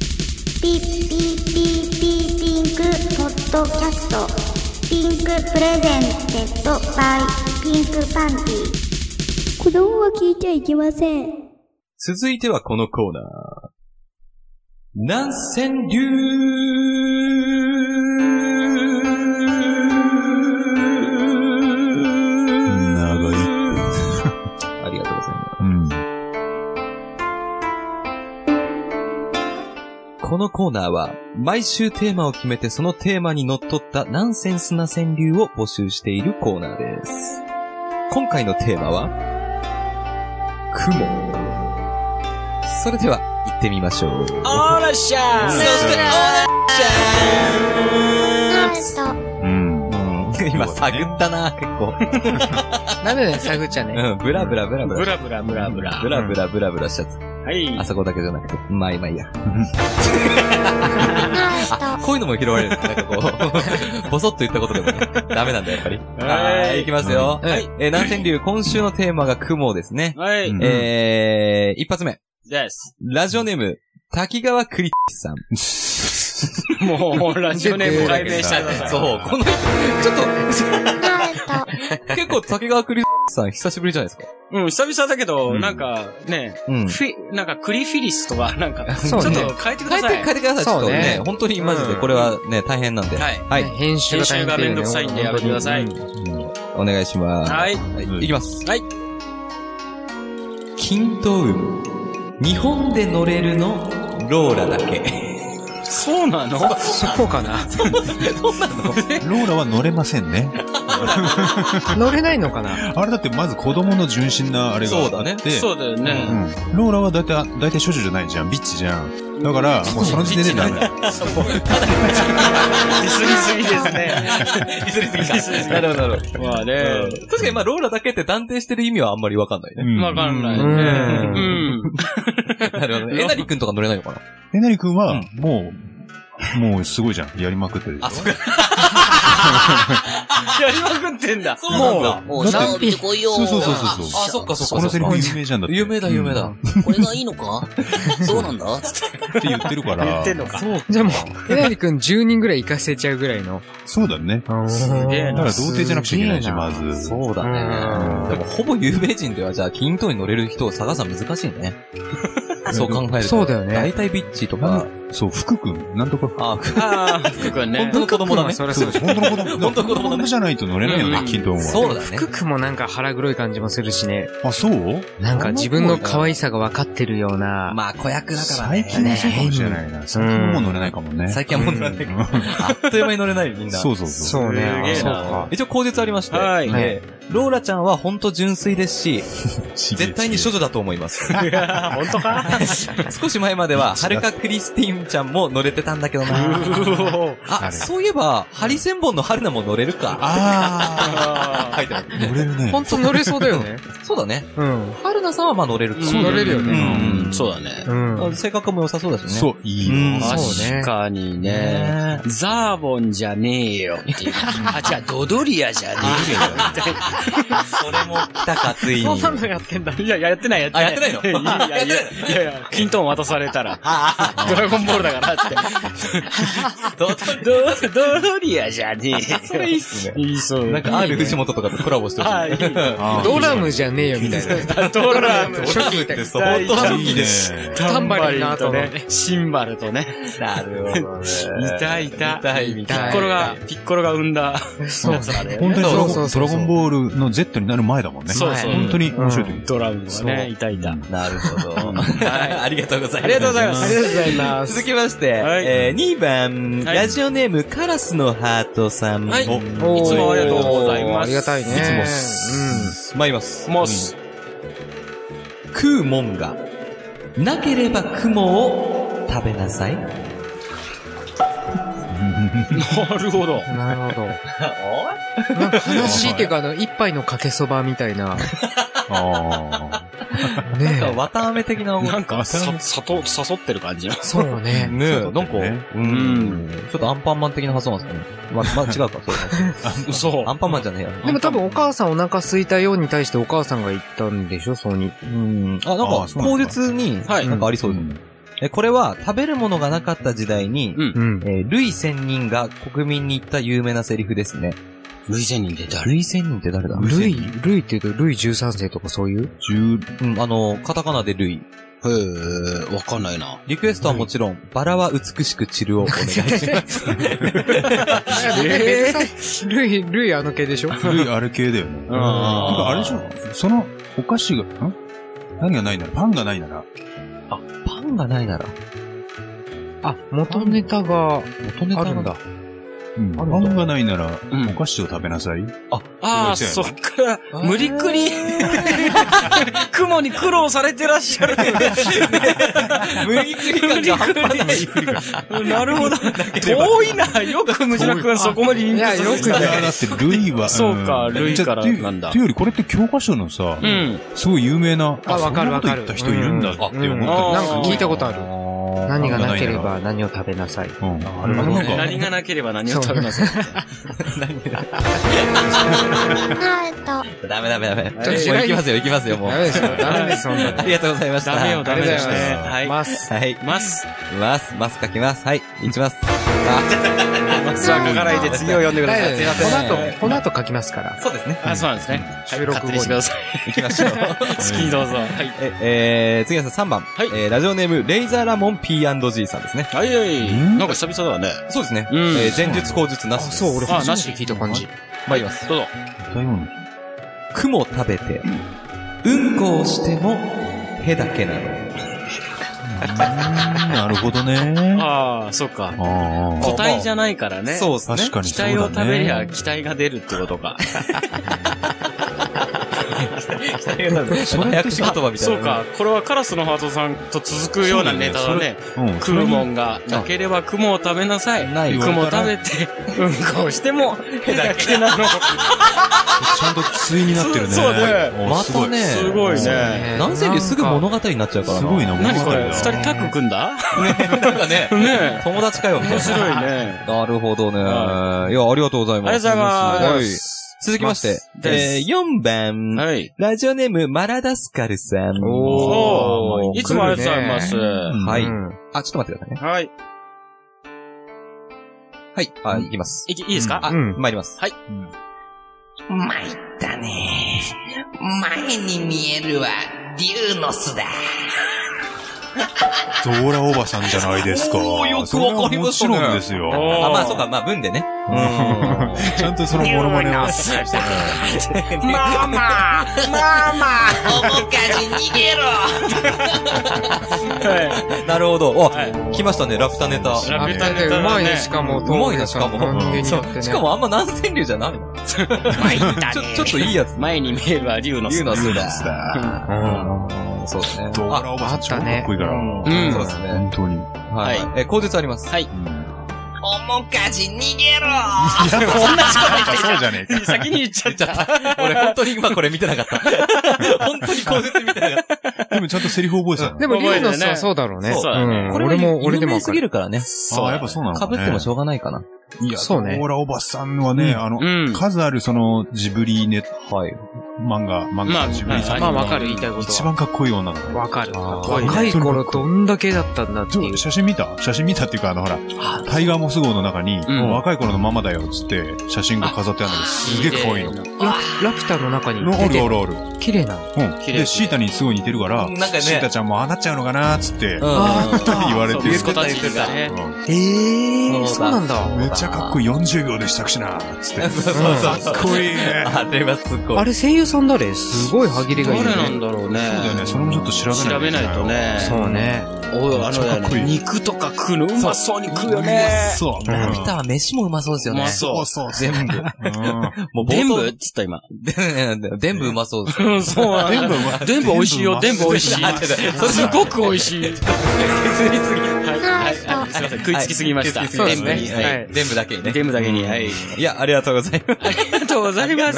ピッピッピッピッピンクポッドキャストピンクプレゼンテッドバイピンクパンティ子供は聞いちゃいけません続いてはこのコーナー。南千流 長い。ありがとうございまうん。す。このコーナーは、毎週テーマを決めてそのテーマにのっとったナンセンスな川柳を募集しているコーナーです。今回のテーマは、雲。それでは、行ってみましょう。オーラッシャーそしてオーラッシあーとうん。今、探ったな、結構。 なんでね、探っちゃね。うん、ブラブラブラブラ。ブラブラブラブラ。ブラブラブラブラしちゃった。はいあ。そこだけじゃなくて。まあ、まあいいや。あーとあ、こういうのも拾われる。なんか こう、ぼそっと言ったことでもね、ダメなんだ、やっぱり。はいはい、いきますよ。はいはい。えー、南千流、今週のテーマが雲ですね。はい。うんえー、一発目。です。ラジオネーム、滝川クリッチさん。もう、ラジオネーム改名した。そうう、この、ちょっあーとと、結構滝川クリッチさん久しぶりじゃないですか。うん、久々だけど、うんなんか、ね、うん。フィ、なんか、クリフィリスとか、 なんか、ちょそっとうね変えてく帰っだてさい。、帰ってください。ちょっとそうねね、本当にマジで、これはね、大変なんで。はい。はい。編集編集が大変がめんどくさだいよんねでやめてください。お願いします。はい。はい、いきます。はい。金刀雲。日本で乗れるの、ローラだけ。そうなのそうかなローラは乗れませんね。乗れないのかなあれだってまず子供の純真なあれがあって。そうだね そうだようね。ん。ローラはだいたい、だいたい処女じゃないじゃん。ビッチじゃん。だから、もうその時点でダメだよ。ディスりすぎですね。いずれすぎディスりすぎなるほど、なるほど。まあね。確かに、まあ、ローラだけって断定してる意味はあんまりわかんないね。うんわかんないね。ううんん。なるほどね。えなりくんとか乗れないのかなえなりくんは、もう、もうすごいじゃん。やりまくってるでしょ。っか。やりまくってんだ。そうなんだ。おう、だって直ってこいよ。そうそうそうそあ、うそっか、そっか。このセリフそっか有名じゃんだって。有名だ、有名うだん。これがいいのかそうなんだつってって言ってるから。言ってんのか。そうじゃあもう、えなりくん10人ぐらい行かせちゃうぐらいの。そうだね。すげえだなから童貞じゃなくちゃいけないし、まず。ず。そうだね。でも、ほぼ有名人では、じゃあ、均等に乗れる人を探すのは難しい ね。そう考えると。そうだよね大体ビッチとなか、んそう、福くん、なんとか福。あ、ああ、福君ね 本。当の子供だね。そりゃそそううで。です本当の子供。本当の子供だねじゃないと乗れないようんね、金ンは。そうだね。服くもなんか腹黒い感じもするしね。あ、そうなんか自分の可愛さが分かってるような。まあ、子役だからね。最近はそうかもしれないな。最近もう乗れないかもね。最近はもう乗れない。あっという間に乗れないよ、みんな。そうそうそう。そうね。すげえなあそうか。一応、口述ありまして。はいえーローラちゃんは本当純粋ですし、絶絶対に処女だと思います。 本当か少し前までは、はるかクリスティンちゃんも乗れてたんだけどな。あ、あれそういえば、ハリセンボンの春菜も乗れるか。あ書いてある。あ、乗れるねほ。んと乗れそうだよね。 そうだね。うん。春菜さんはまあ乗れるか。そう乗れるよね。うんそうだね。うん。あ性格も良さそうだしね。そう、いいようん。そうね確かにね。ねザーボンじゃねえよっていう。あ、じゃあドドリアじゃね それも来たか、ついに。のやってんだ。えよ。いや、やってない、やってない。あやってないのいやいやいや、いやいや、キントン渡されたら、ドラゴンボールだからって。ドドドドリアじゃねえよ。それいいっすね。いいそう。なんか、R 藤本とかとコラボしてほしい。あいいねあードラムじゃねえよ、みたいな。 ドラム、初期みたいな。そう本当初い期いでねす。。タンバリンの後のタンバリンとね、シンバルとね、なるほどね。いたいたいたいみピたッい。コロが、ピッコロが生んだそうやつだね。本当にドラゴそうそンうドそうラそうゴンボールの Z になる前だもんね。そうそう本当に面白い時。ドラムがね、いたいた。なるほど。はいありがとうございます。ありがとうございます。とうございま。続きまして、はいえー、2番、はいラジオネーム、カラスのハートさん。はいおいおーいつもありがとうございますありがたいね。つもっうん。す、参ります。もし、食うもんが、なければ雲を食べなさ い。なるほど。なるほど。 なんか悲しいっていうか、あの、一杯のかけそばみたいな。ねあなんか、え。わたあめ的な。なんか、さ、さと、誘ってる感じの。そうね。ねえ、そうなだんねか、うん。ちょっとアンパンマン的な発想なんですかね。ま、ま、違う か、そう嘘ア。ンパンマンじゃねえや。でも多分お母さんお腹空いたように対してお母さんが言ったんでしょそうに。うん。あ、なんあか、そうなん口だ述に、はいなんかありそそうううです。ん。えこれは食べるものがなかった時代に、うんうん。えー、ルイ仙人が国民に言った有名なセリフですね。類仙人出た。ルイ仙人って誰だルイ、ルイって言うと、ルイ13世とかそう いう十、うん、あの、カタカナでルイ。 へえ、わかんないな。リクエストはもちろん、バラは美しく散るをお願いします。えルイ、ルイあの系でしょ古いあれ系だよね。なんんかあれでしょそのお菓子が、ん何がないなら、パンがないなら、 パンがないなら、あ、元ネタが元ネタあなるんんだ。うんパあるんだンがないなら、んお菓子を食べなさい。ああ、そうですよそっから、無理くり、 雲に苦労されてらっしゃる。無理くり感が半端ない。なるほど。遠いな。よくムジナ君そこまでリンクするいやよくいねや、だって、ルイは。 そうんかルイからじゃなんだというより、これって教科書のさう、ん。すごい有名な、あ、わかるわかる。そんなこと言った人いるんだって思ったうんあなんーか聞いたことある。る何がなければ。何を食べなさい。うん。あれうんなんか、何がなければ何を食べますアウト。ダメダメダメ。ょっともう嫌行いきますよ、行きますよ、もう。ダメですよ。ダメです、そんな。ありがとうございました。ダメよ、ダメでしたありがね。とうごはい。まます。はい。す。ます。ます書きます。はい。行きます。ますは書かないで次を読んでください。すいません。この後、この後書きますから。そうですね。あ、そうなんですね。収録後ににしてください。 行きま しょう。好きにどうぞ。はい。え、えー、次はさん3番。はいえー、ラジオネーム、レイザーラモン P&G さんですね。はいはい。んなんか久々だね。そうですね。うんえー、前述後述なあ、しです。そう、俺あ初めて聞いた感じ。参ります。どうぞ。似たような雲食べて、うんこをしても、へだけなの。なるほどね。 ああ、そっか。あ個体じゃないからね。そうですね。確かに期そう待をだ食べりね。ゃ期待が出るってことか。それ早口言葉みたいな。そうか。これはカラスのハートさんと続くようなネタだね。うん。食うもんがなければ雲を食べなさい。ない雲を食べて、うんこをしても、へだけなの。ちゃんと対になってるね。そうそうねおますごたいね。すごいね。何千里すぐ物語になっちゃうからな。すごいな、物何語これだ二人タッグ組んだなんかね、ね友達かよ、みえ。たい面な。 白いね。なるほどね。いや、はありがとうございます。ありがとうございます。はい続きまして、ですえー、4番、はい。ラジオネーム、マラダスカルさん。おーいつもありがとうございます。うんはいうんあ、ちょっと待ってくださいね。はい。はい、あ、いきます。いきいいですかあ、うん参ります。はい参ったね。前に見えるは、デューノスだ。ゾーラおばさんじゃないですか。おーよくわかりましたねそれはもちろんですおよ。ーあ、まあそうか、まあ文でね。ちゃんとそのモノマネを。 マママ マ面影逃げろはなるほど。お、い。来ましたね、ラピュタネタ。ラピュタネタうまいね、ねし。かも。うまいねしかも人間によってね。しかもあんま南千流じゃないの参ったちょね、。ちょっといいやつ。前に見えるは竜の言うのはそうだ。うんそうですね。ゾーラおばさん超かっこいいから。うんそうですね。本当に。はい。え、口述あります。はい。面影逃げ同じろことそうじゃねえか。 先に言っちゃった。 俺本当に今これ見てなかった。本当に口述見てなかった。でもちゃんとセリフ覚えてたのでも、リュウノスはそうだろうね。そうだねん俺も、俺で有名もわかすぎる。るからね。ああ、やっぱそうなの被かねってもしょうがないかな。いや、そうねゾーラおばさんはね、あの、 うん。数あるそのジブリネはい。漫画、漫ま画あ、ジブリ作まあ、品わかる、言いたいこと一は。番かっこいい女だわかる。ー若い頃、どんだけだったんだってちいょう。写真見た写真見たっていうか、あの、ほら、タイガーモス号の中に、ん若い頃のままだよ、つって、写真が飾ってあるんだけど、すげえ可愛いの。ララピュタの中にあ出るあてる。るある。綺麗な。うん。綺麗で、シータにすごい似てるから、なんかねシータちゃんもああなっちゃうのかな、つって、あ言われてる。息子たちにね。うええ、そうなんだん。めっちゃかっこいい。40秒で支度し な、つっそて。うそうそうかっこいいね。あれはすごい。あれ声優さん誰すごい歯切れがいい誰なね。んだろうね。そうだよね、それもちょっと調べない調べないと。ね。そうね。おい、あめっちゃかっのこいね、い肉とか食うのうまそうに食うようまね。そう。んラピュタは飯もうまそうですよね。うまそうそうそう。 全部。うんもう全部冒っつった今。頭 全部うまそうですよ。うん、そうなんだ全部うまい全部美味しいよ、全部美 味しい。 すごく美味 しい。削りすぎ。アウト。はい、はい、すいません、 食いつきすぎました。食いつきすぎました全部にはい。全部だけにね。全部だけに、はい。いや、ありがとうございます。ありがとうございます。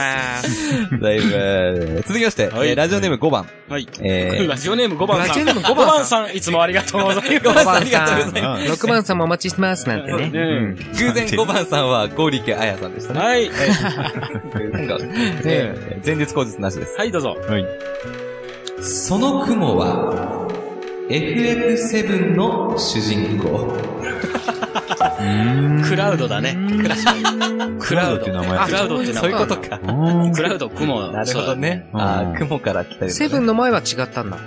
だいぶ、えー続きまして、はいえーラジオネーム5番。はい。えラジオネーム5番さん。ラジオネーム5 5番番さん、いつもありがとうござ いま6す。番あさりがとうごんざい、ます6番さんもお待ちしてますなんてね。ねうー、 偶然5番さんは、ゴーリケあやさんでしたね。はい。なんかえー前日後日なしです。はい、どうぞ。はい。その雲は、 FF7 の主人公。クラウドだね。クラウド。ククララウドって名ウ前ド。クラウドって名そういう前。ことか。うんクラウド、雲。なるほどね。そうだねあうんー雲から来たりセブンの前は違ったんだ。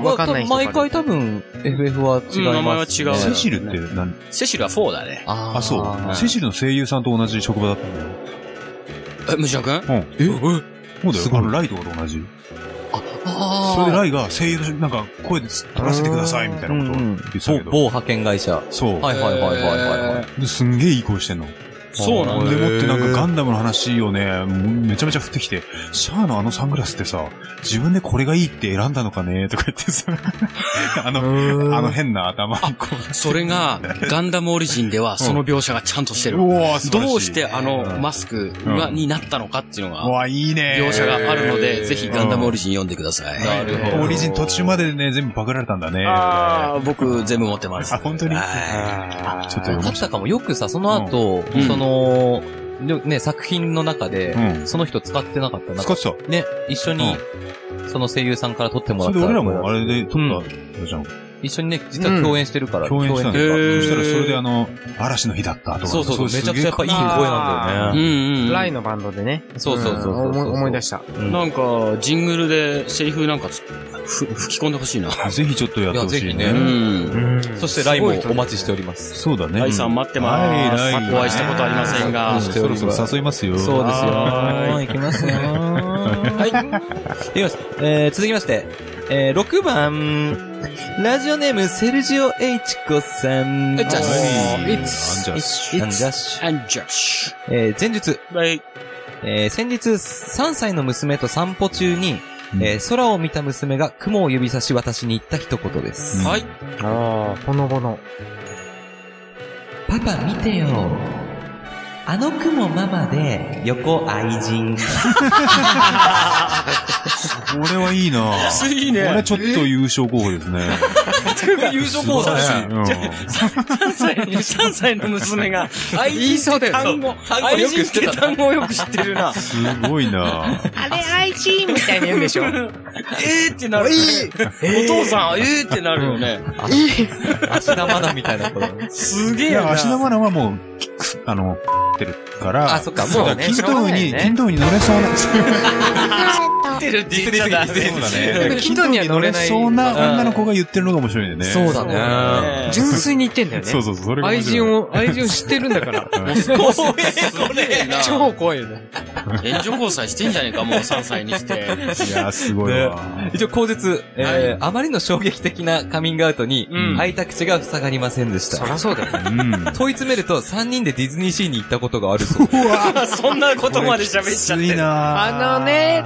わかんない人から毎回多分 FF は違います、ねうん名前は違うセシルって何そう。セシルは4だね。ああ、そう。セシルの声優さんと同じ職場だったんだよ。え、むしろくんうん。えそうだよ。あの、ライとかと同じ。それであライが声優の、なんか、声で取らせてくださいみたいなことを言ってた某け某ど。派遣会社。そう。はいはいはいはいはいはい。ですんげえいい声してんの。そうなんだでよ。もってなんかガンダムの話をね、めちゃめちゃ降ってきて、シャアのあのサングラスってさ、自分でこれがいいって選んだのかねとか言ってさ、 あの、あの変な頭にこう。それが、ガンダムオリジンでは、その描写がちゃんとしてる。おー素晴らしいどうしてあの、マスクが、うんになったのかっていうのうが、わ、いいね。描写があるので、ぜひガンダムオリジン読んでください。なるほオど。リジン途中までね、全部パクられたんだね。あー僕全部持ってます。あ本当にはいあーちょっとあ読ったまかした。も。よくさ、その後、うんその、りょね、作品の中で、うんその人使ってなかった。なん使かってた。ね、一緒に、その声優さんから撮ってもそらっれた。で俺らもあれで撮ったじゃん。一緒にね、実は共演してるから。共演したんだっよ。ていうそかしたらそれであの、嵐の日だったとか。そうそうそう、めちゃくちゃやっぱいい声なんあうだよね。んうん。ライのバンドでね。そうそうそうそううん思い思い出した。なんか、ジングルでセリフなんかつふ吹き込んでほしいな。すげえ。ぜひちょっとやってほしいいやうぜね。ん。そしてライもお待ちしております。そうだね。ライさん待ってます。はいライお会いしたことありませんが。そうそろそろ誘いますよ。そうですよ。ははい、行きますよ。はい。行きます。えー、続きまして、えー、6番、ラジオネーム、セルジオ・エイチコさん。えじゃあおーいいつあんじゃいつなんじゃっしアンジャッシュ。えー、前述、はい。えー、先日、3歳の娘と散歩中に、うんえー、空を見た娘が雲を指差し私に言った一言です。うんはい。ああ、ほのぼの。パパ見てよ。あの雲ママで、横愛人。俺はいいなぁ。いい俺はね。ちょっと優勝候補ですね。優勝候補だね。3歳、3歳の 娘が、愛言いそうだよ単語、愛人って単語をよく知ってるな。すごいなぁ。あれ、愛人みたいに言うんでしょえーってなる。お父さん、えーってなるよね。足玉だみたいなこと。すげいえや、な。足玉菜はもう、あの、ってるから。あ、そっか、もうね。金刀魚に、金刀魚に乗れそうな、ハートてるって言っちゃダメそうだね。金刀魚には乗れな金刀魚に乗いれそうな女の子が言ってるのが面白いんだよね。そうだねね。純粋に言ってんだよね。そうそうそう、それが面愛人白い。を、愛人を知ってるんだから。怖え、これ。超怖いよね。炎上交際してんじゃねえか、もう3歳にして。いや、すごいわ。一応、口述、えー、あまりの衝撃的なカミングアウトに、うん開いた口が塞がりませんでしそた。りゃそうだよ。うん。問い詰めると、3人でディズニーシーに行ったことがある そうです。そんなことまで喋っちゃっきついて。なぁ あの。ね、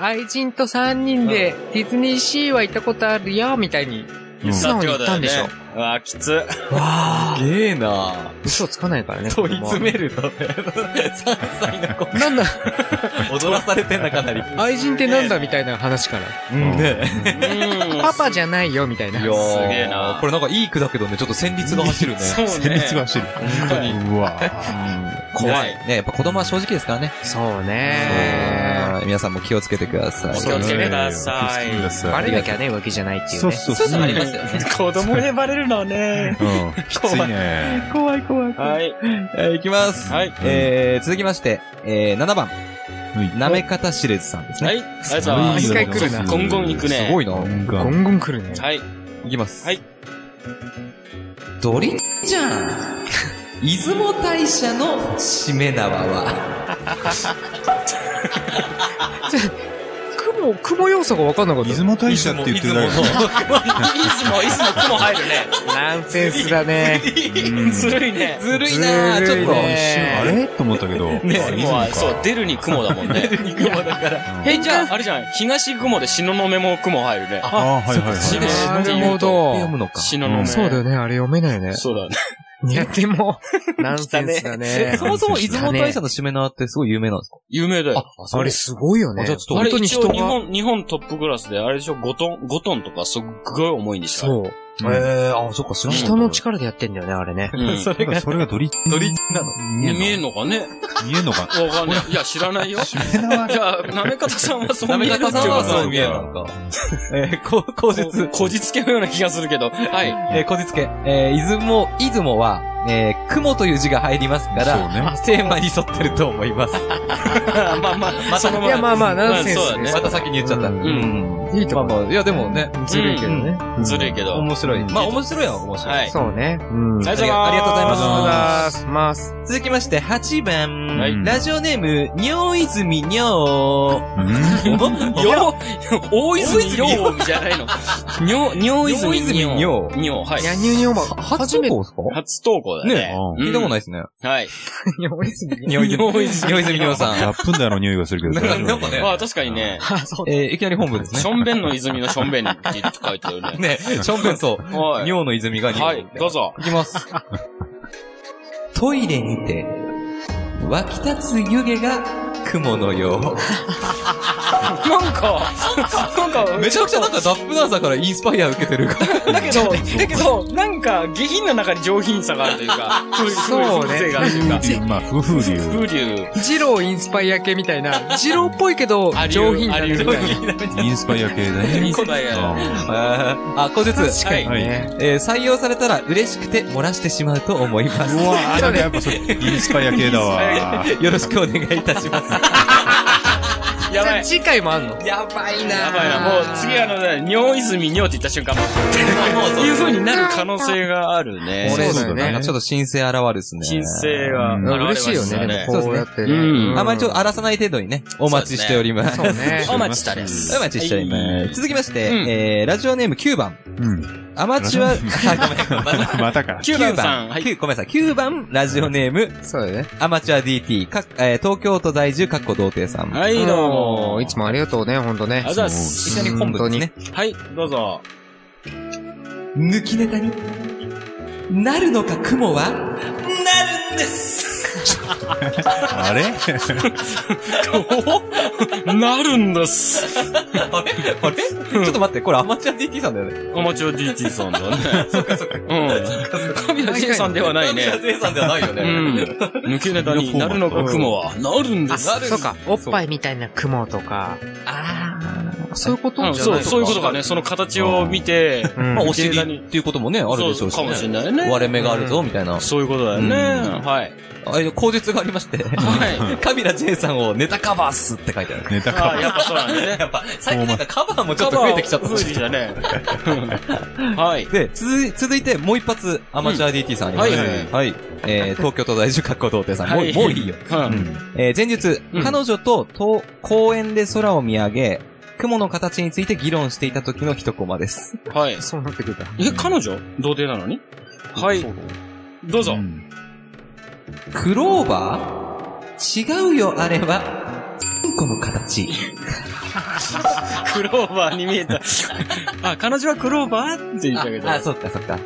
愛人と三人でディズニーシーは行ったことあるよ、みたいに。うん素直に言ったんでしょ。うわあ、きつ。わー。すげえな嘘つかないからね。問い子供は詰めると、3歳 の子、なんだ、踊らされてんな、かなり。愛人ってなんだみたいな話かうら。んね。パパじゃないよ、みたいな。すげえなこれなんかいい句だけどね、ちょっと旋律が走るね。そう戦ね慄。が走る。本当に。うわぁ怖い。ね、やっぱ子供は正直ですからね。そうね。皆さんも気をつけてください。気をつけてくだ気さをつけてくだい。さいバレなきゃね、浮気じゃないっていそううね。そうそそういうのありう。ますよね。子供でバレるのはね。うん。きついね。怖い怖い。はい。はい、いきます。はい。えー、続きまして、えー、7番。はいなめ方しれずさんですはね。い。あいさん、毎回来るなゴンゴン行くね。すごいな。なんかゴンゴン来るね。はい。いきます。はい。ドリッじゃん。 出雲大社のしめ縄は。雲、雲要素が分かんなかっ出た。雲大社って言ってるだけ出雲いつも、いつも雲入るね。ナンセンスだね。ずるいね。ずるいなぁ、ずちょるいっと。ね あれと思ったけど。ねね、雲は、そう、出るに雲だもんね。出るに雲だから。え、じゃあ、あれじゃん、東雲で東雲も雲入るね。ああ、はいはいそっはかなるほど。読むのか。東雲。そうだよね、あれ読めないね。そうだね。いや、でも、 ナンセンスだね。そもそも出雲大社のしめ縄ってすごい有名なんですか有名だよ。あれすごいよあねじゃあちょっ。とあ本れ当に一人応日が。本、日本トップクラスで、あれでしょ、5トン、5トンとかすっごい重いんでしょそう。えー、あ、そっか、知らなかった人の力でやってんだよね、あれね。うんそれただが、 それがドリッドリッチなの。見見ええんんのかねの見えんのか。わかんない。いや、知らないよ。見えなわじゃあ、なめかたさんはそうダ見メえるだっていたうさんはかそう見えるのか。えー、こ、口こ実。こじつけのような気がするけど。 はい。えー、こじつけ。えー、出雲、出雲は、えー、雲という字が入りますかそうら、ね。テーマに沿ってると思います。まあまあ、 そのいや、まあまあ、ナンセンスそうだでねすま。た先に言っちゃった。うんんいいとまあまあ、いやでもね。ずるいけどね。ずるいけど。面白い。まあ面白いは面白い。はい。そうね。うん。ありがとうございます。ありがとうございますありがとうございます。続きまして、8番。はいラジオネーム、にょういずみにょう。うんよ、大泉尿よ。じゃないの。尿、尿泉尿尿。尿。尿、はいに。ゃにゅにょば、初めて。ですか初投稿だね。ねうん聞いたことないですね。はい。にょ いすぎにょいずみ。にょいずみにょうさん。ラップンダーの匂いがするけなど。んか大丈夫なんかねまあ確かにね、 えー、いきなり本部ですねし。ょんべんの泉のしょんべんって書いてあるね。ね、ションベンそう。はい。尿の泉が尿。はい、どうぞ。いきます。トイレにて、湧き立つ湯気が雲のよなん か、なんか、う。 めちゃくちゃなんかダップダンサーからインスパイア受けてる。だけ ど、だけど、なんか、下品な中に上品さがあるというか、そうね風があるというか。まあ、夫婦流。風流。ジローインスパイア系みたいな、ジローっぽいけどあ、りゅう上品だね。ありゅうインスパイア系だね。インスパイア。 あ、後日、確かにはいね。えー採用されたら嬉しくて漏らしてしまうと思います。うわあなんかやっぱそれ、インスパイア系だわ。 よろしくお願いいたします。じやばゃいあ。次回もあんのやばいなやばいな。もう次あのね、尿泉尿って言った瞬間、もう、いう風になる可能性があるね。俺、そうだよねなんかちょっと申請現るですね。申請がうん現れ嬉ましいよしたね。でね。もこうやってね。うんあまりちょっと荒らさない程度にね、お待ちしております。そうね。お待ちしたです。お待ちしております。続きまして、うんえー、ラジオネーム9番。うん。アマチュア、ラあジごめん。 またか。 9番さん。は。はいい、ごめんなさい。9番、ラジオネーム、そうだね。アマチュア DT、かえー東京都在住、かっこ童貞さん。はい、どうも。いつもありがとうね、ほんとねあ。りがとうございます。一緒に本部ですね。はい、どうぞ。抜きネタに、なるのか雲は、なるんですあれなるんです。あれあれ ちょっと待って、これアマチュア DT さんだよね。アマチュア DT さんだね。そっかそっか。うん。神谷圭ささんんではないね。 DT さんではないようん。。抜けネタになるのか雲は、なるんです。そうか、おっぱいみたいな雲とか。ああ。そういうことうんじゃなそ、いうそういうことがね、その形を見て、うんまあ、お芸尻大にっていうこともね、あるでしょうし、そうかもしれね。ないね。割れ目があるぞ、みたいな。そういうことだよね。うんはい。あれ、口述がありま して。はい。カビラ J さんをネタカバーっすって書いてある。ネタあか。あ、やっぱそうなんだね。 やっぱ、最近なんかカバーも ちょっと増えてきちゃった増えてきたね。はい。 で、続い、続いてもう一発、アマチュア DT さんあります。はいはいはい。えー、東京都大住格好童貞さん。も、はいうもういいよ。うんえー、前述うん、彼女と、と、公園で空を見上げ、雲の形について議論していた時の一コマです。はい。そうなってくるんだ。え、彼女童貞なのにはい。どうぞ。クローバー違うよ、あれは。うんこの形。クローバーに見えた。あ、彼女はクローバーって言ったけど。あ、そっかそ っか。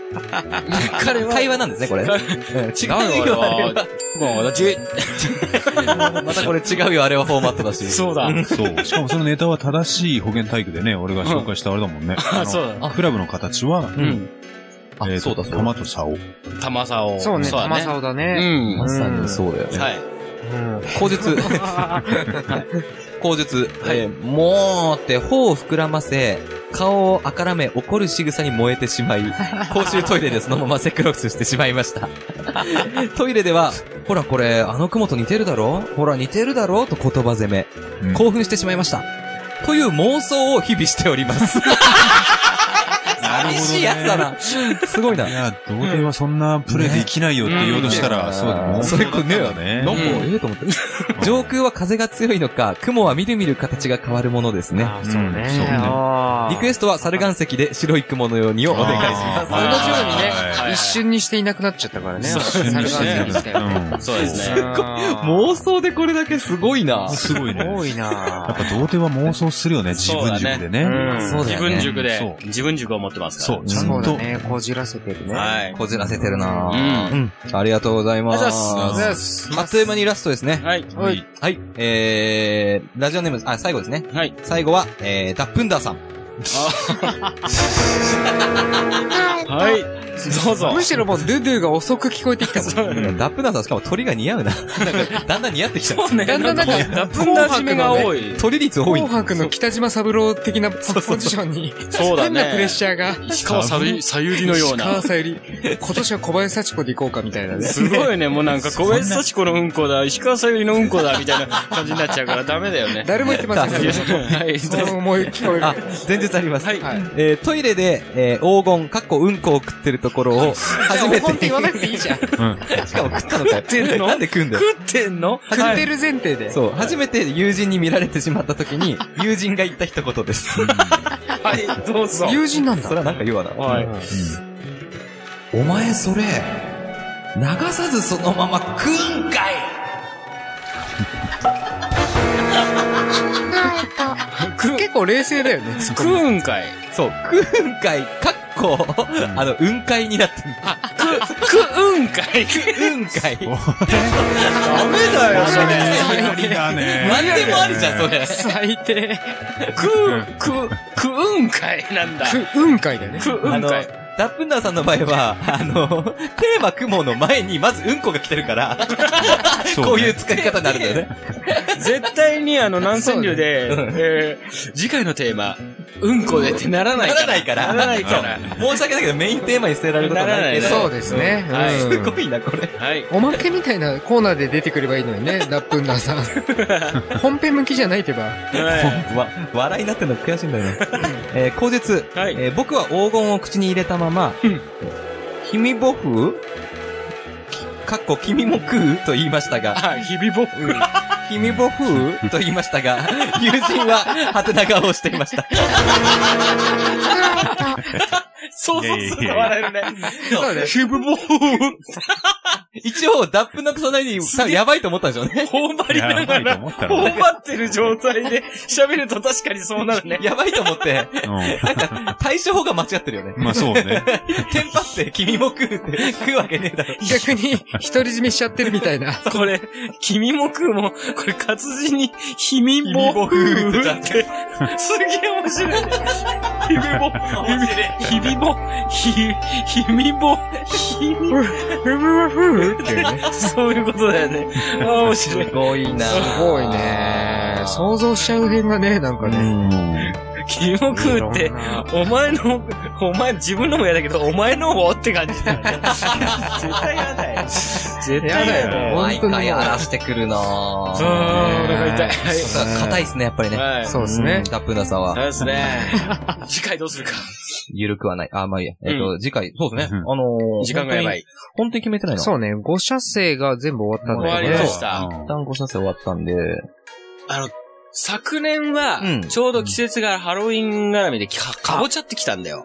彼は。 会話なんですね、これ。違う違うよよ、ああれれはは。もう私、またこれ違うよ、あれはフォーマットだし。 そうだ。そう。しかもそのネタは正しい保険体育でね、俺が紹介したあれだもんね。あ、のそうだ。あクラブの形は、うん。あえーとそうだ、そうだ。玉と竿。玉さを。そうね、だ玉竿だうね。ん。はまさにそうだよね。い。うん口述。 口述。えーもうって、頬を膨らませ、顔をあからめ怒る仕草に燃えてしまい、 公衆トイレでそのままセクロスしてしまいました。 トイレでは、ほらこれ、あの雲と似てるだろほら似てるだろと言葉攻めうん。興奮してしまいました。という妄想を日々しております。 寂しいやつだな。すごいな。いや、童貞はそんなプレイできないよって言おうとしたら、ねそうだね。それこねだねなんか、うええと思って。上空は風が強いのか、雲はみるみる形が変わるものですね。あーそううんそうねね。あーリクエストは猿岩石で白い雲のようにをお願いします。同じようにねは、一瞬にしていなくなっちゃったからね。そう猿岩石一瞬にみたいなうん。そうですね。妄妄想でこれだけすごいな。すごいね。多いなやっぱ童貞は妄想するよね、自そう分だね塾でね。うんそうだ自よ分ね塾でそ、う自分塾を持ってますから。そう、ちゃそんうだと。ね、こじらせてるね。はい。こじらせてるな。うんありがとうございます。ありがとうございまよしあっという間にラストですね。はい。はい。はい。えー、ラジオネーム、あ、最後ですね。はい。最後は、えー、ダップンダーさん。あそうそうむ。しろもうドゥドゥが遅く聞こえてきたもん。うんダップナーさん、しかも鳥が似合うな。なんか、 だんだん似合ってきた。そうね。だんだんなんかダプンダ締めが多い。鳥率多い。紅白の北島三郎的なポジションに、そうだ変ね。なプレッシャーが、石川さゆさゆりのような川。さゆり、今年は小林幸子で行こうかみたいなね。すごいね、もうなんか小林幸子のうんこだ、石川さゆりのうんこだ、みたいな感じになっちゃうからダメだよね。誰も言ってませんけど、はい。その思い聞こえある。、前日あります。はいはいえートイレで、えー黄金、かっこうんこを食ってるところを、初め黄金ってて言、わなくていいじゃん。食しかも食 ったのかよ。なんで食うんだよ。ってんの食ってる前提で。そう、初めて友人に見られてしまった時に、友人が言った一言です。はい、どうぞ。友人なんそだれ。はなんか言わな。はい。お前それ、流さずそのまま食うんかいないと。結構冷静だよね。食うんかい。そう、食うんかい、かっこ、あの、雲海になってる。食うんかい。雲海。ダメだよ、それ。無理だね。何でもありじゃん、それ。 最低。食う、食う、食うんかいなんだ。く、雲海だよね。食うあんの、かダい。ップンダーさんの場合は、 あの、テーマ雲の前にまずうんこが来てるから、 ねこういう使い方になるんだよね。絶対にあの、南千流で、えー次回のテーマ、うんこでってならないなからら。ないから。ならないから。申し訳ないけど、メインテーマに捨てられることはないけど。ならそうですね。うんはいう んすごいな、これ。はい。おまけみたいなコーナーで出てくればいいの にね、ラップンダーさん。本編向きじゃないって ば。はわ、笑いになってんの悔しいんだよね。えー、口述。い。はい。えー僕は黄金を口に入れたまま、君僕かっこ君も食うと言いましたが、あ、日々僕。君僕と言いました が、友人は、はてな顔をしていました。そうそうすると笑えるね。そうね。日々僕。一応、ダップなくさないに、多分やばいと思ったんでしょうね。頬張りながやばいら、と頬思ったろうね張ってる状態で喋ると確かにそうなるね。やばいと思って、うなんか、対処法が間違ってるよねん。。まあそうね。テンパって、君も食うって、食うわけねえだろ。逆に、独り占めしちゃってるみたいな。これ、君も食うも、これ活字に、ひみぼぼふふううっっててななっ、ってすげえ面白い。ひみぼ、ひみぼ、ひ、ひみぼ、ひみぼ、そういうことだよね。ああ、面白い。ごいなすごいね。想像しちゃう辺がね、なんかね。君も食うって、お前の、お前、自分のも嫌だけど、お前のもって感じだよね。絶対嫌だよ。絶対嫌やだだよよ。毎回荒らしてくるなあぁ。あ、俺が痛い。そうだ硬いっすね、やっぱりね。はい。そうですねん。ダップーナさんそうは、ですね。 次回どうするか。ゆるくはない。あ、まあいいや。えっと、次回、そうですね。うんあのー、時間がやばい。本当に。本当に決めてないのそうね、5社生が全部終わったん終だわよりね。まそうした。一旦5車線終わったんで、あの、昨年はうん、ちょうど季節がハロウィン絡みでか、かぼちゃってきたんだよ。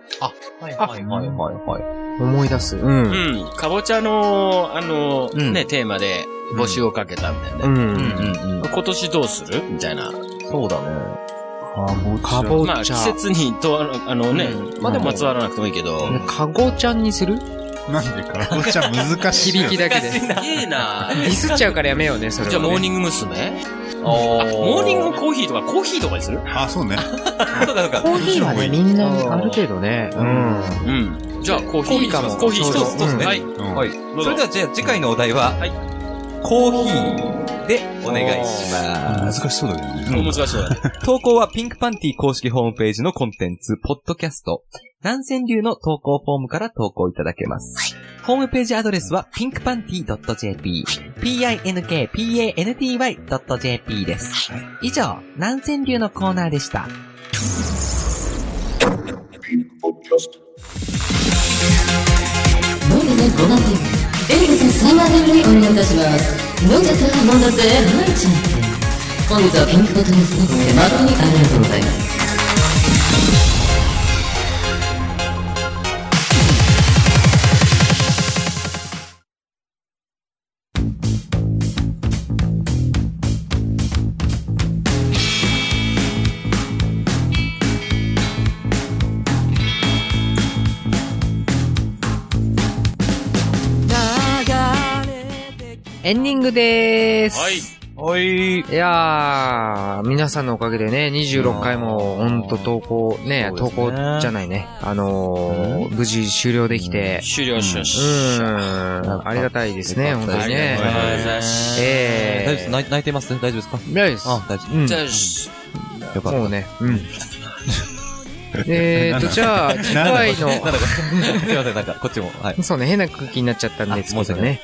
はいはいはいはいはい。思い出す。う。うんん。かぼちゃの、あの、うんね、テーマで募集をかけたんだようね。ん。うんうん。今年どうするみたいな。そうだね。かぼまあ、ち季ゃ。節にと、あのね、うんまあでも、まつわらなくてもいいけど。かごちゃんに するなんでかぼちゃ難しいよ。響きだけで。デすげえ なィスっちゃうからやめようね、それはじね。ゃあ、モーニング娘。あ、モーニングコーヒーとか、コーヒーとかにするあ、そうね。そうかそうか。コーヒーはね、みんなある程度ね。うん。うん。じゃあ、コーヒーにします。ココーーヒヒー一ーかもつ、一つうんはい。うんはい。それでは、じゃあ次回のお題は、はいコーヒーでお願いします。難しそうだけどね。難しそうだね。投稿はピンクパンティ公式ホームページのコンテンツ、ポッドキャスト、南千流の投稿フォームから投稿いただけます。ホームページアドレスは pinkpanty.jp、pinkpanty.jp です。以上、南千流のコーナーでした。飲んでねごなんてエリカさん3万ドルにお願いいたします飲んじゃったら飲んだぜはいちゃんって本日はピンクボトルスープ誠にありがとうございますエンディングでーす。はい。はい。いやー、皆さんのおかげでね、26回も、ほんと投稿、ね、投稿じゃないね。あのー、無事終了できて、終了しまうしーん、ありがたいですね、本当にねた。ありがとうございます大丈夫えでえす。泣い泣いてます大丈夫ですかー、ないです。あ、大丈うんじゃあ、し夫。よかもっうね、 うん。えーと、じゃあ、次回の、た。すいません、なんか、こっちも。はい。そうね、変な空気になっちゃったんですけどね。あ。申し訳ない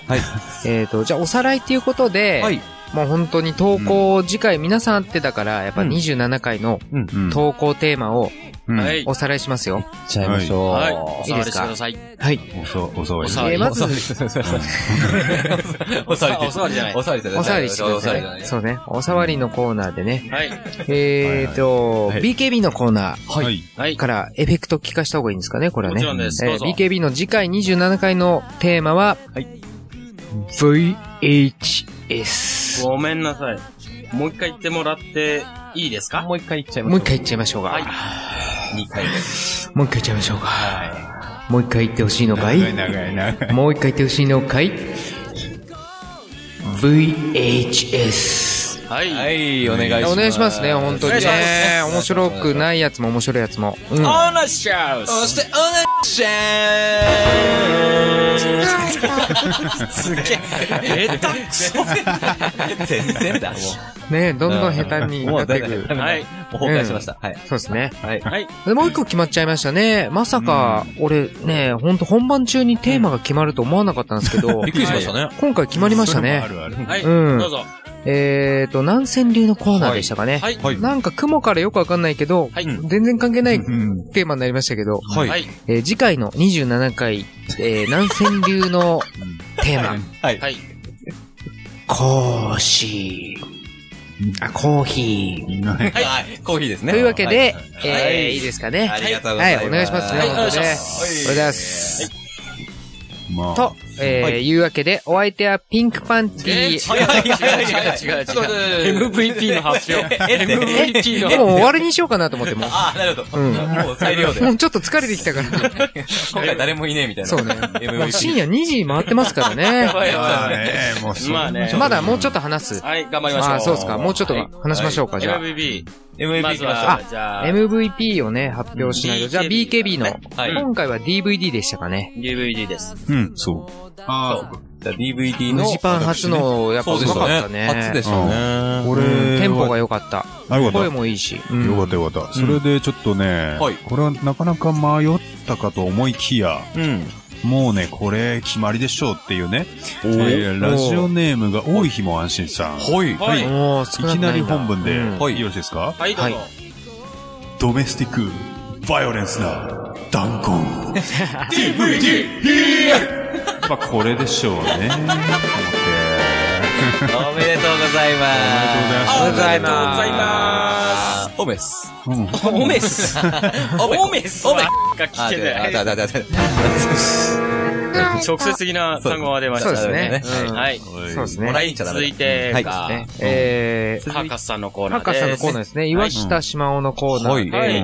えーと、じゃあ、おさらいということで、はい。はい。もう本当に投稿、次回皆さんあってだから、やっぱうん27回のうん。うん投稿テーマをうんはい。おさらいしますよ。行っちゃいましょう。はい。いいお触りしてですくかださい。はい。おさ、おさわり。触えーまず、おさわり。 お触りじゃないおさわりじゃない。おさわりしてくださ。お触りじゃないそうね。おさわりのコーナーでね。はい。えーと、はい BKB のコーナーはい。はい。からエフェクト聞かした方がいいんですかね、これはもねち。ろんです。えどうーぞ。 BKB の次回27回のテーマは、VHS。ごめんなさい。もう一回言ってもらっていいですかもう一回行っちゃいましもょうう。一回言っちゃいましょうはいか。。もう一回言っちゃいましょうか。もう一回言ってほしいのかい長い長い長い。もう一回言ってほしいのかい ?VHS。はい。はい、お願いします。お願いしますね、本当にお願いね。面白くい。ないやつも面白いやつも。うん。オーナーシャウそスして、お願いしま下手くそす全然 だ、もねどんどん下手う。にもなう、ってだかいら、もうく。はい。崩壊しました。はい。そうですね。はい。はい。でもう一個決まっちゃいましたね。まさか、俺ね、ほんと本番中にテーマが決まると思わなかったんですけどびっ、くりしましたね。今回決まりましたねそ。れもあるある。はい。うんどうぞ。えーと、南川流のコーナーでしたかね。はい。はい。なんか雲からよくわかんないけど、はい。全然関係ないうん。テーマになりましたけど、はいはい。えー次回の27回、えー、南川流のテーマ、はい。はい。コーシー。あ、コーヒみんなね。はい。コーヒーですー。ね。というわけで、えはいーいいですかね。あはい、りがとうございます。お願いしますね。はい本お願い当しねまおはようございます。まあ。と、えはー、いいうわけで、お相手はピンクパンティー。違う違う違う違う違う。MVP の発表。MVP のでも終わりにしようかなと思ってもう。ああ、なるほど。うんもう最良で。も今うちょっと疲れてきたから。回誰もいねえみたいな。そうね。もう MVP。深夜2時回ってますからね。まあね、もうそう。まあねまだもうちょっと話す。はい、頑張りましょう。あー、そうですか。もうちょっと話しましょうか、じゃあ。 MVP。 MVP ま行ずきましはょ、じゃあ、 MVP をね、発表しないと。じゃあ BKB BKB の、はい今回は DVD でしたかね。 DVD です。うん、そう。ああ、う。じゃあ DVD ムの。ジパン初の、やっぱうまかったね。初でしたね。こうんれ、テンポが良かった。あ、よか声った。もいいし。よかったよかった。それでちょっとね、はいこれはなかなか迷ったかと思いきや、うん。もうね、これ決まりでしょうっていうね、えーラジオネームが多い日も安心さん。いはい。はい。たはもう、少なくきなりんだ本文で、うんはい、よろしいですかい、どうぞ。ドメスティック、バイオレンスな、弾痕。DVD! まあ、これでしょうね。思っておめでとうございます。おめでとうございまおめでとうごすざいます。オメス。うんオメス。オメス。オメス。 が聞あ、けで、なあ、い。だ、だ、だ、だ。直接的な単語が出ましそうた。ですね。はいうんはい。そうですもらね。いに行っちゃダメ続だいはてが、いはえー、博士さんのコーナー博です。士さんのコーナーですね。岩下島尾のコーナーで。ははいい。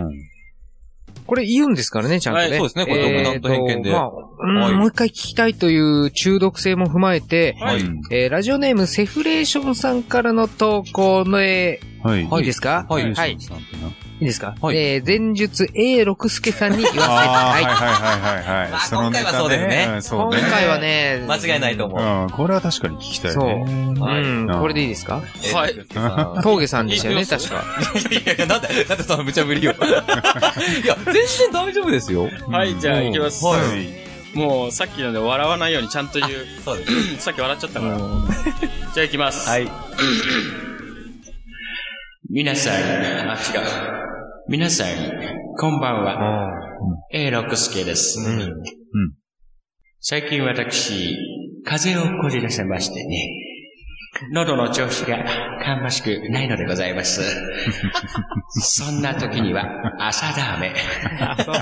これ言うんですからね、ちゃんとね。はいそうですねこれえー独断と偏見でまあうんはいもう一回聞きたいという中毒性も踏まえて、はいい。えーラジオネームセフレーションさんからの投稿の、えはい。ーいいですかはいはい。いさんってないですかはいえー前述 A 六助さんに言わせて。あはいー。はいはいはいはいまはあい。そのネタ今回はそうですねんそう今ね。回はね、間違いないと思う。うん、これは確かに聞きたいそうね。はいうん、これでいいですかはい。峠さんでしたよね、いいです確か。いやいや、なんで、なんでその無茶ぶりを。いや、全然大丈夫ですよ。はい、じゃあ行きます。はい。もう、さっきので笑わないようにちゃんと言う。そうです。さっき笑っちゃったから。 じゃあ行きます。はい。 皆さん、あ、違う。皆さん、こんばんは。A 六助です。最近私、風邪をこじらせましてね。喉の調子が芳しくないのでござ います。そんな時には朝ダーメ。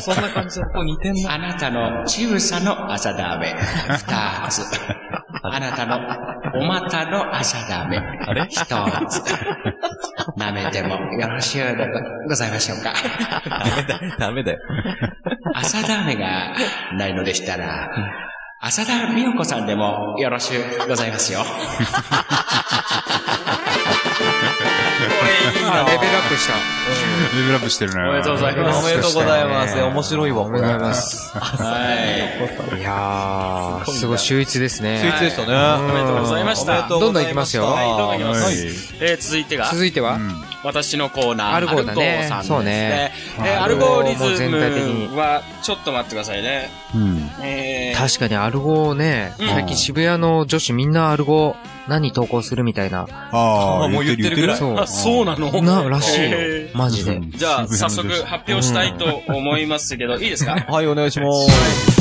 そんな感じだと似てんあなたの小さの朝ダーメ。二つ。あなたのお股の朝ダーメ。一つ。舐めてもよろしゅうでございましょうか。ダメだよ。朝ダーメがないのでしたら、 浅田美代子さんでもよろしゅうございますよ。ップした。レベルアップしてるね。おめでとうございますおめでとうございます。面白いわ、おこめでとうごれ。ざいます。はい。いやー、すごい秀逸ですね。秀逸でしたね。おめでとうございました。とうどんどん行きますよはい、どんどん行きはまはいす。えー、続いてが、続いては、うん私のコーナー、アルゴーだねアルゴーさそんうでねすね。えー、アアルルゴゴーリズもう全体的ムには、ちょっと待ってくださいね。うん。えー、確かにアルゴをね、うん最近渋谷の女子みんなアルゴ何投稿するみたいあな。ああ、もう言ってるぐらいそうあ、。そうなのな、らしいよえ。ーマジでう。んじゃあ、早速発表したいと思います けど、いいですかはい、お願いします。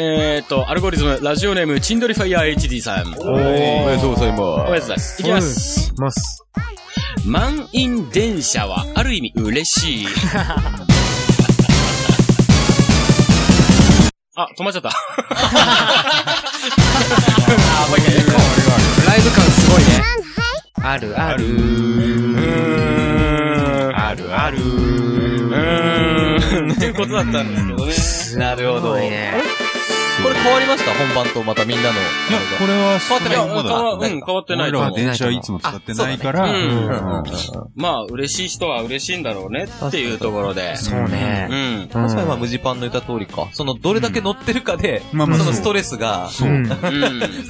えーと、アルゴリズム、ラジオネーム、チンドリファイヤー HD さん。おめでとうございおまやつです。いきます。ます。満員電車は、ある意味 嬉しい。あ、止まっちゃった。あ、もう一回やるライブ感すごいね。あるある。あるある。うーん。っていうことだったんですけどね。なるすごいね。す。これ変わりました本番とまたみんなの。いや、これは、変わってないま変わだうん、変わってない俺とらは思う。電車いつも使ってないから、あそうだねうんまあ、嬉しい人は嬉しいんだろうねっていうところで。そううね。ん。うん確かにまあ、無地パンの言った通りか。その、どれだけ乗ってるかで、まあまあそそのうストレスが、そう。うんなうん。二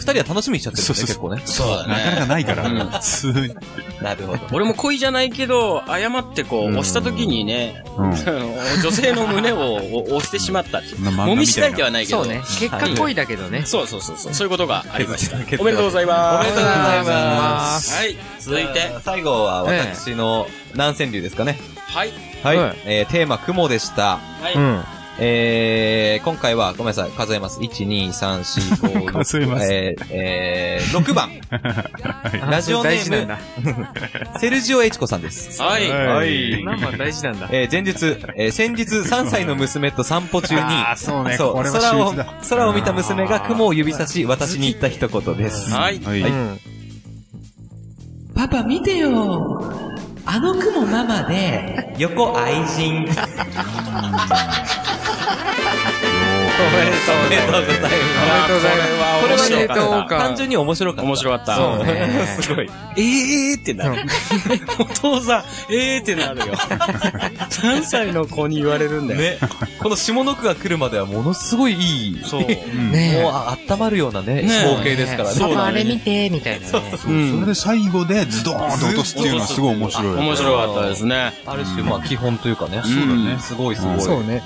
人は楽しみにしちゃってるんそですね、うそう結構ね。そうだかなかね。ないかうんら、普通に。なるほど。俺も恋じゃないけど、誤ってこう、押した時 にね、うんあの女性の胸をお押してしまったっていう。な漫画みたいな揉みしないではないけど。そうね。結果恋だけどね。そうそうそうそう。そういうことがありました。結果おめでとうございまおめす。でとうございますはい。続いて。。最後は私の南川流ですかね。はい。はいえー、テーマ、雲でした。はい。うん。えー、今回は、ごめんなさい、数えます。1、2、3、4、5、6。数えますえー、えー、6番、ラジオネーム大事なんだ。セルジオエチコさんです。はい。はい。何番大事なんだ。えー、前日、えー、先日3歳の娘と散歩中に、 ああ、そうね。そう、これは空秀を逸だ。、空を見た娘が雲を指さし、私に言った一言です。はい。はうい。ん。パパ見てよあの雲ママで、 横愛 人。おめでとうございます。これはおめでとうございます。これは面ね白かどっうた。か単純に面白かった。面白かった。そうねすごい。えーってなる。 お父さん、えーってなるよ。3歳の子に言われるんだよ。ね。この下の句が来るまではものすごいいい、そう。うんねえもうあ温まるようなね、ね光景ですからパそうね。パあれ見て、みたいなね。そうそれで最後でズドーンって落とすっていうのはすごい面白い。面白かったですね。ある種、まあ基本というかね。そうだねんすごいすうんごい。ね。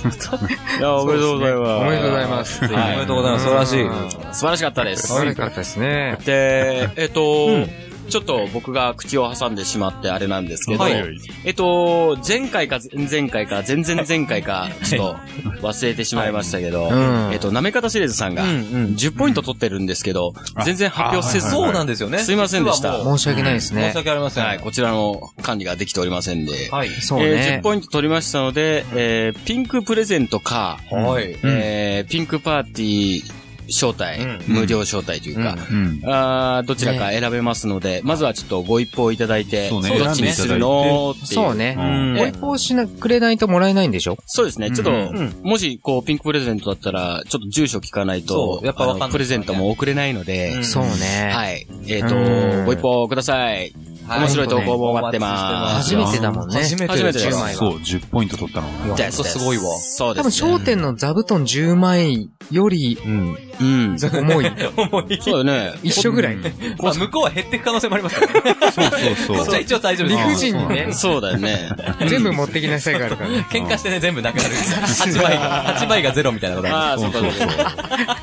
いや、おめでとうございます。おめでとうございます。はおめでとうございます。素晴らしい。素晴らしかったです。悪かったですね。で、えっと、ちょっと僕が口を挟んでしまってあれなんですけど、はいえっと、前回か前々回か前々前回か、ちょっと忘れてしまいましたけど、うんえっと、なめ方シリーズさんが10ポイント取ってるんですけど、うん全然発表せず、そうなんですよね。すいませんでした実はもう申し訳ないです申ねし。訳ありません。はい、こちらの管理ができておりませんで、はい。そうえーね10。ポイント取りましたので、えーピンクプレゼントか、はい。えーピンクパーティー招待、う無料招待というか、うん。あーどちらか選べますので、まずはちょっとご一報いただいて、そうねどっちにするのっていう。そう。ね。うんもう一方しなくれないともらえないんでしょそうですね。ちょっと、んもし、こう、ピンクプレゼントだったら、ちょっと住所聞かないとそ、うやっぱわかんないあのプレゼントも送れないので、うんそうね。はい。えっ、うと、んご一報ください。はい面白い投稿も待ってま初す。めてだもんね。初めて初めてです10枚そは。う、10ポイント取ったのが。じゃほんとすごいわそう多で分、すね。商店の座布団10枚よりうん。うん。重い。重い。そうだよね。一緒ぐらい。まあ、向こうは減っていく可能性もありますからね。そうそうこっそうちは。一応大丈夫で理す。不尽にね、そうだよ ね。全部持ってきなさいがあるからね。喧嘩してね、全部なくな る。8倍が、8倍がゼロみたいなことあああ、そうかそうか。るし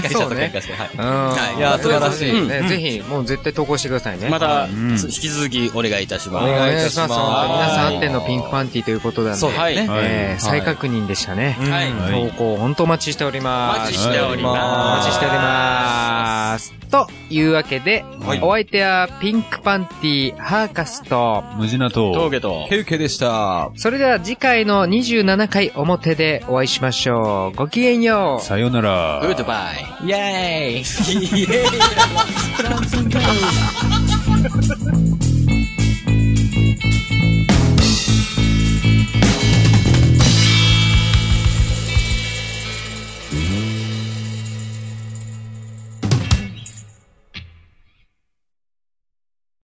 っかりちゃんと喧嘩して。はい。うん。いや素晴らしいうんねぜひ、もう絶対投稿してくださいね。また、ん引き続きお願いいたしおます。願いします。皆はいさんあってのピンクパンティーということなんで。そうだよね。はいえー再確認でしたね。はい。投稿、本当お待ちしております。お待ちしておりますお待ちしております。というわけで、はいお相手はピンクパンティー、ハーカスと、無事なと、峠と、ケウケでした。それでは次回の27回表でお会いしましょう。ごきげんよう。さよなら。グッドバイ。イェーイ